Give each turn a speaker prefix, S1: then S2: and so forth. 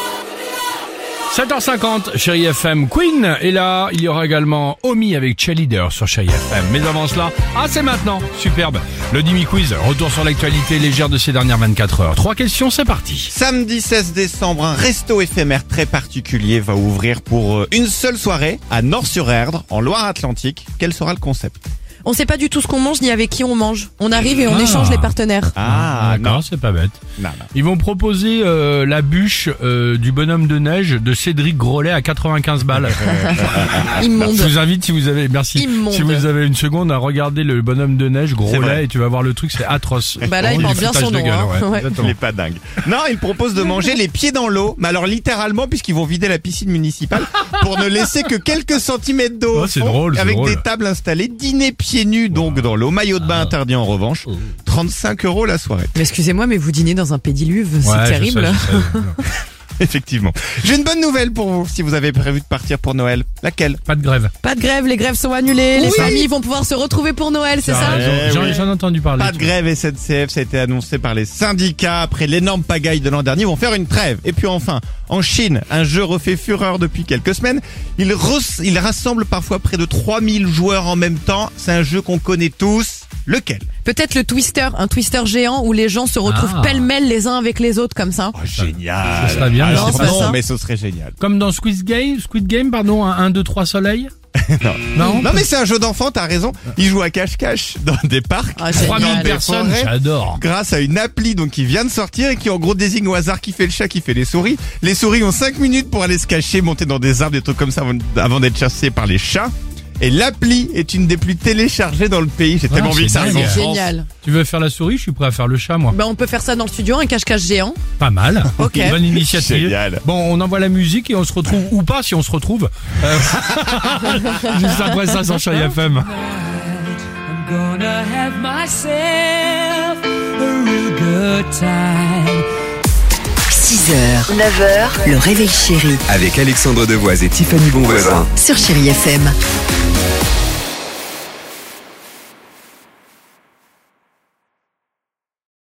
S1: Voilà. 7h50, chérie FM, Queen est là. Il y aura également Omi avec Cheerleader sur chérie FM. Mais avant cela, ah, c'est maintenant. Superbe. Le Dimi Quiz, retour sur l'actualité légère de ces dernières 24 heures. Trois questions, c'est parti.
S2: Samedi 16 décembre, un resto éphémère très particulier va ouvrir pour euh, une seule soirée à Nord-sur-Erdre, en Loire-Atlantique. Quel sera le concept
S3: On sait pas du tout ce qu'on mange ni avec qui on mange. On arrive et on
S1: Ah.
S3: échange les partenaires.
S2: Ah, non.
S1: D'accord, c'est pas bête.
S2: non, non.
S1: Ils vont proposer euh, la bûche euh, du bonhomme de neige de Cédric Grolet à 95 balles. Je
S3: Immonde.
S1: vous invite si vous avez merci
S3: Immonde.
S1: si vous avez une seconde à regarder le bonhomme de neige Grolet
S2: vrai.
S1: et tu vas voir le truc c'est atroce. Oh,
S3: Bah là, il
S1: Vraiment,
S3: porte
S1: du
S3: bien
S1: foutage
S3: son
S1: de
S3: nom,
S1: gueule,
S3: hein.
S1: ouais,
S3: Ouais.
S1: exactement.
S2: Il est pas dingue. Non, il propose de manger les pieds dans l'eau, mais alors littéralement puisqu'ils vont vider la piscine municipale pour ne laisser que quelques centimètres d'eau. au
S1: Oh, c'est
S2: fond,
S1: drôle, c'est
S2: Avec
S1: drôle. Ah.
S2: des tables installées, dîner pieds nus donc dans l'eau, maillot de bain interdit en revanche,
S1: Oh.
S2: 35 euros la soirée.
S3: Mais excusez-moi, mais vous dînez dans un pédiluve,
S1: Ouais, je
S3: c'est
S1: sais,
S3: terrible.
S1: je sais.
S2: Effectivement. J'ai une bonne nouvelle pour vous si vous avez prévu de partir pour Noël. Laquelle
S1: Pas de grève.
S3: Pas de grève, les grèves sont annulées, les
S2: Oui.
S3: familles vont pouvoir se retrouver pour Noël, c'est
S1: T'as
S3: ça
S1: raison.
S2: Eh
S1: J'en
S2: oui.
S1: j'en ai entendu parler.
S2: Pas de grève SNCF, ça a été annoncé par les syndicats après l'énorme pagaille de l'an dernier. Ils vont faire une trêve. Et puis enfin, en Chine, un jeu refait fureur depuis quelques semaines. Il, res- il rassemble parfois près de 3000 joueurs en même temps. C'est un jeu qu'on connaît tous. Lequel
S3: Peut-être le twister, un twister géant où les gens se retrouvent
S1: Ah.
S3: pêle-mêle les uns avec les autres comme ça.
S2: Oh, Génial
S1: Ce serait bien.
S2: Ah,
S1: Non,
S2: c'est
S3: c'est
S2: pas-
S3: pas ça.
S2: mais ce serait génial.
S1: Comme dans Squid Game, Squid Game pardon, un 1 2 3 soleil. Non.
S2: Non mais c'est un jeu d'enfant, t'as raison. Ils jouent à cache-cache dans des parcs.
S3: Ah,
S1: 3000
S3: génial.
S1: personnes,
S2: forêts.
S1: j'adore.
S2: grâce à une appli donc qui vient de sortir et qui en gros désigne au hasard qui fait le chat, qui fait les souris. Les souris ont 5 minutes pour aller se cacher, monter dans des arbres, des trucs comme ça avant- avant d'être chassés par les chats. Et l'appli est une des plus téléchargées dans le pays. J'ai tellement
S1: Ah,
S2: envie que ça
S1: c'est
S2: arrive en
S1: dingue.
S2: France.
S3: Génial.
S1: Tu veux faire la souris, je suis prêt à faire le chat moi.
S3: Bah, on peut faire ça dans le studio, un cache-cache géant.
S1: Pas mal.
S3: Ok.
S1: Bonne initiative.
S2: Génial.
S1: Bon, on envoie la musique et on se retrouve ou pas si on se retrouve. Euh, Juste après ça sur Chérie FM.
S4: I'm gonna have myself a real good time.
S5: 6h, 9h, le réveil chéri
S6: Avec Alexandre Devoise et Tiffany Bonvoisin.
S5: sur Chérie FM.